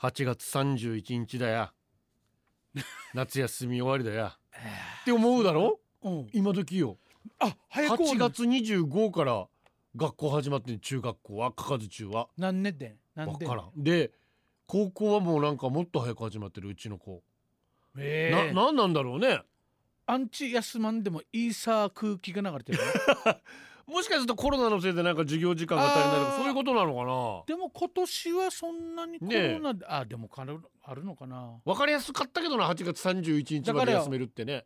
8月31日だや夏休み終わりだやって思うだろうん、今時よあ早く8月25から学校始まってん中学校はかかず中は何年で何分年からんで高校はもうなんかもっと早く始まってるうちの子、えなえなんなんだろうねアンチ休まんでもいいさ空気が流れてる ねもしかするとコロナのせいでなんか授業時間が足りないとあかーそういうことなのかなでも今年はそんなにコロナで、あでもかなあるのかな分かりやすかったけどな8月31日まだかでらよ休めるってね、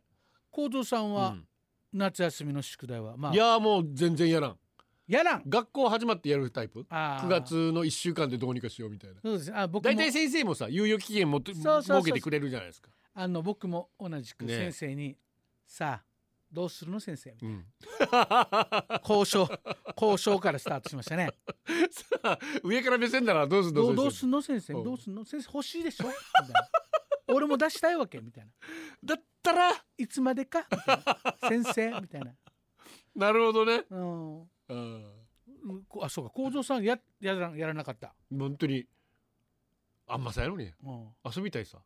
幸三さんうはん夏休みの宿題は、まあいやーもう全然やらんやらん学校始まってやるタイプあー9月の1週間でどうにかしようみたいなそうですあ僕も大体先生もさ猶予期限もってそうそうそう設けてくれるじゃないですか、あの僕も同じくね先生に、さあどうするの先生うん 交渉交渉からスタートしましたねさあ上から目線ならどうすんのどう先生どうすんの先生うんどうすんの先生欲しいでしょみたいな俺も出したいわけみたいなだったらいつまでかみたいな先生みたいななるほどね、ううんん、うんこあそうか幸三さんややらやらなかった、本当にあんまさやのにうん、遊びたいさ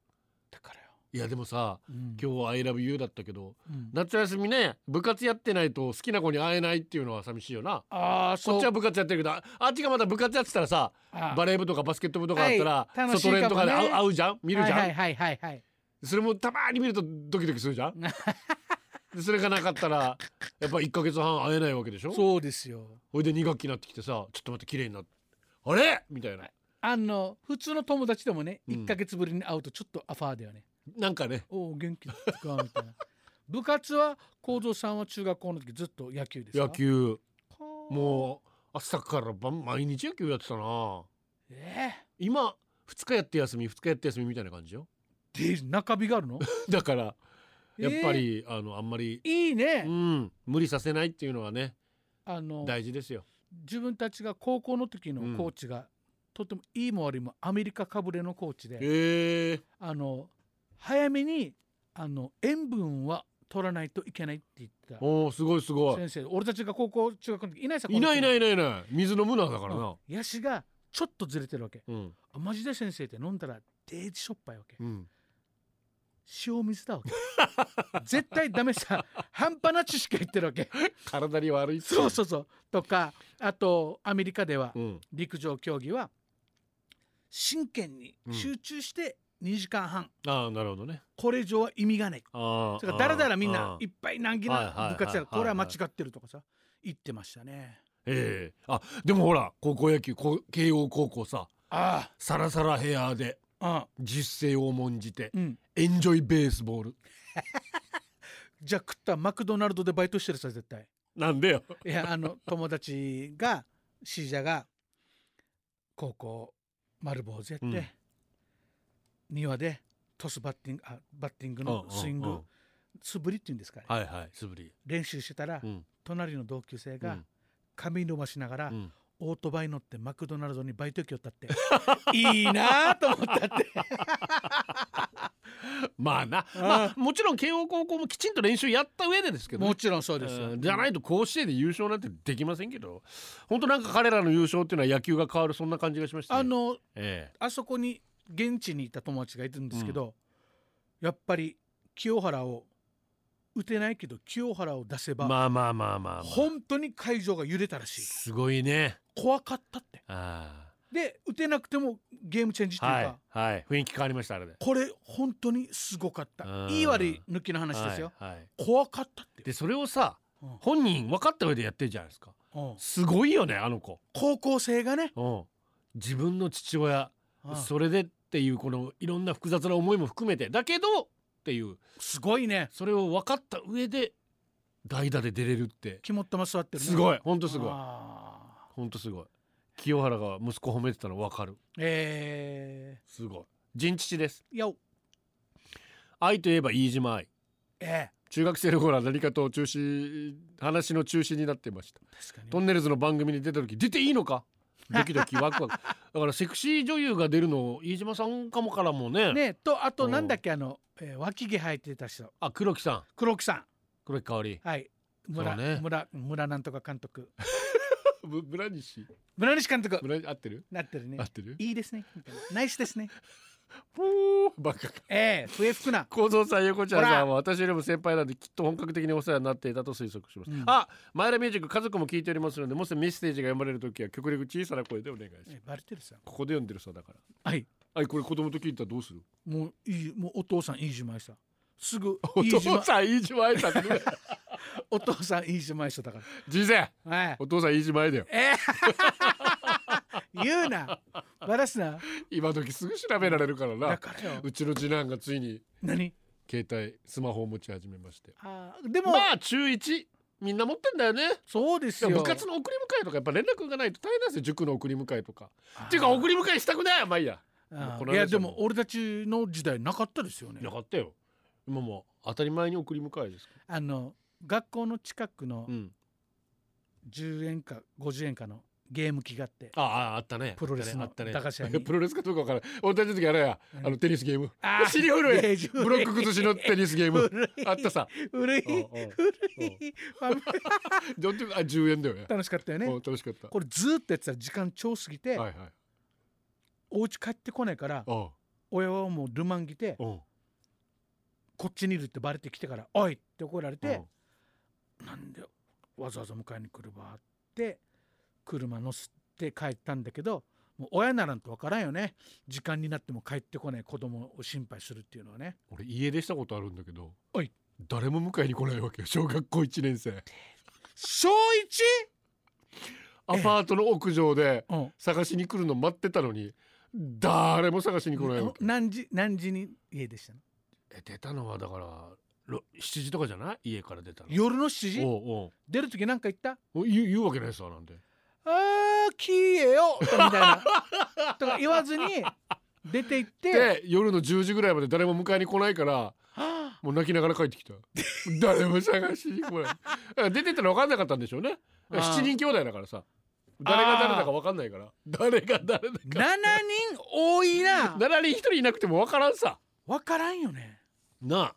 だからよ、いやでもさうん今日は「ILOVEYOU」だったけどうん夏休みね部活やってないと好きな子に会えないっていうのは寂しいよなああそこっうちは部活やってるけどああっちがまだ部活やってたらさあーバレー部とかバスケット部とかあったら、はい楽しい外練とかでかも会ねう,、会うじゃん見るじゃん、はいはいはいはいそれもたまに見るとドキドキするじゃ んでそれがなかったらやっぱ1か月半会えないわけでしょそうですよほいで2学期になってきてさちょっと待って綺麗になってあれみたいなあの普通の友達でもね、うん一1か月ぶりに会うとちょっとアファーだよねなんかねおお元気ですかみたいな 部活は幸三さんは中学校の時ずっと野球ですか野球はあもう朝から晩毎日野球やってたなえ今2日やって休み2日やって休みみたいな感じよえで中日が あるのだからやっぱ、り、あのあんまり、ええいいね、うん、無理させないっていうのはねあの大事ですよ自分たちが高校の時のコーチが、とてもいいも悪いもアメリカかぶれのコーチで、へえあの早めにあの塩分は取らないといけないって言ってたおーすごいすごい先生俺たちが高校中学の時いないさいないいないいいないいない水飲むなだからなヤシがちょっとずれてるわけうんあマジで先生って飲んだらデージしょっぱいわけうん塩水だわ け絶対ダメさ半端な知識が言ってるわけ体に悪いってそうそうそうとかあとアメリカではうん陸上競技は真剣に集中して2時間半、ああなるほどねこれ以上は意味がないああそれからだらだらみんないへっぱい難儀はいはいはいな部活やはいこれは間違ってるとかさ言ってましたねえあでもほら高校野球こう慶応高校さあサラサラヘアであああ実践を重んじてうんエンジョイベースボールじゃあ食ったマクドナルドでバイトしてるさ絶対なんでよ いやあの友達がシージャが高校丸坊主やって、うん庭でトスバッティングあバッティングのスインうんうんグ素振りっていうんですかね、はいはい素振り練習してたら、うん隣の同級生うがん髪伸ばしながら、うんオートバイ乗ってマクドナルドにバイト行きよったって いいなと思ったってまあなうんまあもちろん慶応高校もきちんと練習やった上でですけどねもちろんそうですうよんじゃないと甲子園で優勝なんてできませんけど本当なんか彼らの優勝っていうのは野球が変わるそんな感じがしましたねあのえあそこに現地にいた友達がいるんですけど、やっぱり清原を打てないけど清原を出せえば、まあまあまあまあ、まあ、本当に会場が揺れたらしいすごいね怖かったってあで打てなくてもゲームチェンジってあいうか、はいはい雰囲気変わりましたあれでこれ本当にすごかったうんいい悪い抜きの話ですよ、はいはい怖かったってでそれをさうん本人分かった上でやってるじゃないですかうんすごいよねあの子、高校生がねうん、自分の父親それでっていうこのいろんな複雑な思いも含めてだけどっていうすごいねそれを分かった上で代打で出れるって肝っ玉座ってる、ね、すごいい本当すごいあー本当すごい清原が息子褒めてたの分かるえすごい人父ですー、よ愛といえば飯島愛え中学生の頃は何かと中止話の中心になってましたー、確トかにンネルズの番組に出た時出ていいの かドキドキワクワクだからセクシー女優が出るの飯島さんかもからもねねとあとうんなんだっけあの、えー、脇毛生えてた人あ黒木さん黒木さ黒木香織んはい村、そうね村村なんとか監督ブブラニシ村西監督ブラニ合ってるなってるね合ってるいいですねみたいなナイスですねふうバカかええ笛吹くな構造さん横ちゃんさんほは私よりも先輩なんできっと本格的にお世話になっていたと推測します、うんあマイラミュージック家族も聞いておりますのでもしメッセージが読まれるときは極力小さな声でお願いします、ええバレてるさここで読んでるさだからはいあこれ子供と聞いたらどうするもういいもうお父さんいいじまいしたすぐ おいいじま父さん飯島愛さん ってねお父さんいいじまいしただか人生らはいお父さん飯島愛だよええ言うなバラすな今時すぐ調べられるからだなからようちの次男がついに何携帯スマホを持ち始めましてあーでも、まあ中1みんな持ってんだよねそうですでよも部活の送り迎えとかやっぱ連絡がないと大変なんですよ塾の送り迎えとかあーっていうか送り迎えしたくないまあいいやあーこの間いやでも俺たちの時代なかったですよねなかったよ今もう当たり前に送り迎えですかあの学校の近くのらうん10円か50円かのゲーム機があってあああったねプロレスのあったね駄菓子屋 にプロレスかどうかわからない俺たちの時あれや何あのテニスゲームあー尻拭いゲージブロック崩しのテニスゲーム 古いあったさ古いうんうん古いファミどっちもあ10円だよね 楽しかったようんね楽しかったこれずーっとやってたら時間超過ぎて、はいはいお家帰ってこないからああ親はもうルマン来てうんこっちにいるってバレてきてから「おい!」って怒られうてん「なんでわざわざ迎えに来るば」って車乗せて帰ったんだけどもう親ならんとわからんよね時間になっても帰ってこない子供を心配するっていうのはね俺家出したことあるんだけどはい誰も迎えに来ないわけよ小学校1年生小一アパートの屋上でうん探しに来るの待ってたのに誰も探しに来ないわけ何時何時に家でしたのえ出たのはだからろ7時とかじゃない家から出たの夜の7時おう出る時なんか言ったおうお言う言うわけないさなんであー消えよみたい なとか言わずに出て行ってで夜の10時ぐらいまで誰も迎えに来ないからはあもう泣きながら帰ってき た誰も探しに来ないだから出てったら分かんなかったんでしょうねあー7人兄弟だからさ誰が誰だか分かんないから誰が誰だか7人多い7な人1人いなくても分からんさ分からんよねなあ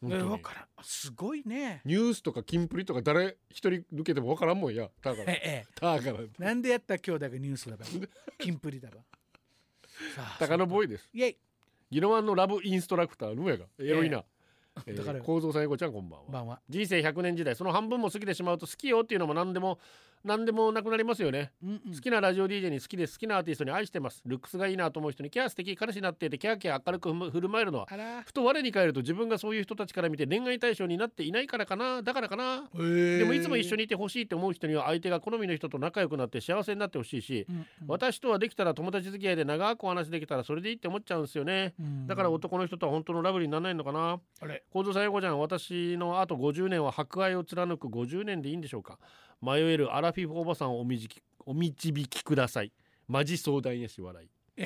本当に分からんあすごいねニュースとかキンプリとか誰一人抜けても分からんもんやだからえだからえなんでやったら兄弟がニュー スだばキンプリだばさあ高野ボーイですイエイギノワンのラブインストラクターのやがエロいな、えだからー、構造さんえこちゃんこんばんは、こんばんは人生100年時代その半分も過ぎてしまうと好きよっていうのも何でも何でもなくなりますよね、うんうん好きなラジオ DJ に好きです好きなアーティストに愛してますルックスがいいなと思う人にキャー素敵彼氏になっていてキャーキャー明るくふむ振る舞えるのはあらふと我に返ると自分がそういう人たちから見て恋愛対象になっていないからかなだからかなででもいつも一緒ににいてほしいって思う人には相手が好みの人と仲良くなって幸せになってほしいし、私とはできたら友達付き合いで長くお話できたらそれでいいって思っちゃうんですよね。だから男の人とは本当のラブリーにならないのかなあれ幸三さん横ちゃん私のあと50年は博愛を貫く50年でいいんでしょうか迷えるアラフィフおばさんをおみじきお導きくださいマジ壮大やし笑い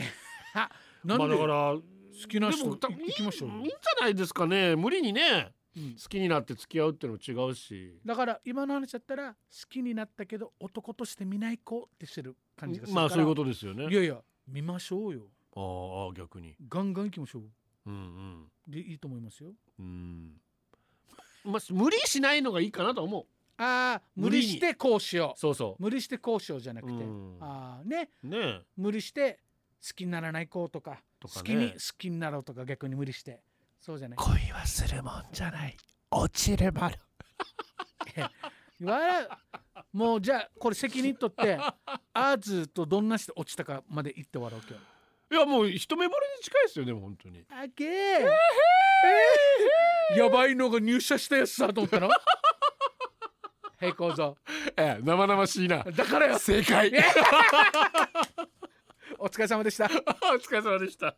なんまであだから好きな人でもた行きましょうよいいんじゃないですかね無理にねうん好きになって付き合うってのも違うしだから今の話だったら好きになったけど男として見ない子ってしてる感じがするからまあそういうこととですよねいやいや見ましょうよあーあー逆にガンガン行きましょううんうんでいいと思いますようんまあ無理しないのがいいかなとは思うああ無無理に理してこうしよそうそう無理してこうしようじゃなくて、うんああねうねえ無理して好きにならない子とかとかね好きに好きになろうとか逆に無理してそうじゃない恋はするもんじゃない落ちれば笑うもうじゃあこれ責任取ってアーズとどんな人落ちたかまで行って笑う今日いやもう一目惚れに近いですよね本当にあげーやばいのが入社したやつさと 思ったのへいこうぞええ生々しい なだからよ正解 お疲れ様でしたお疲れ様でした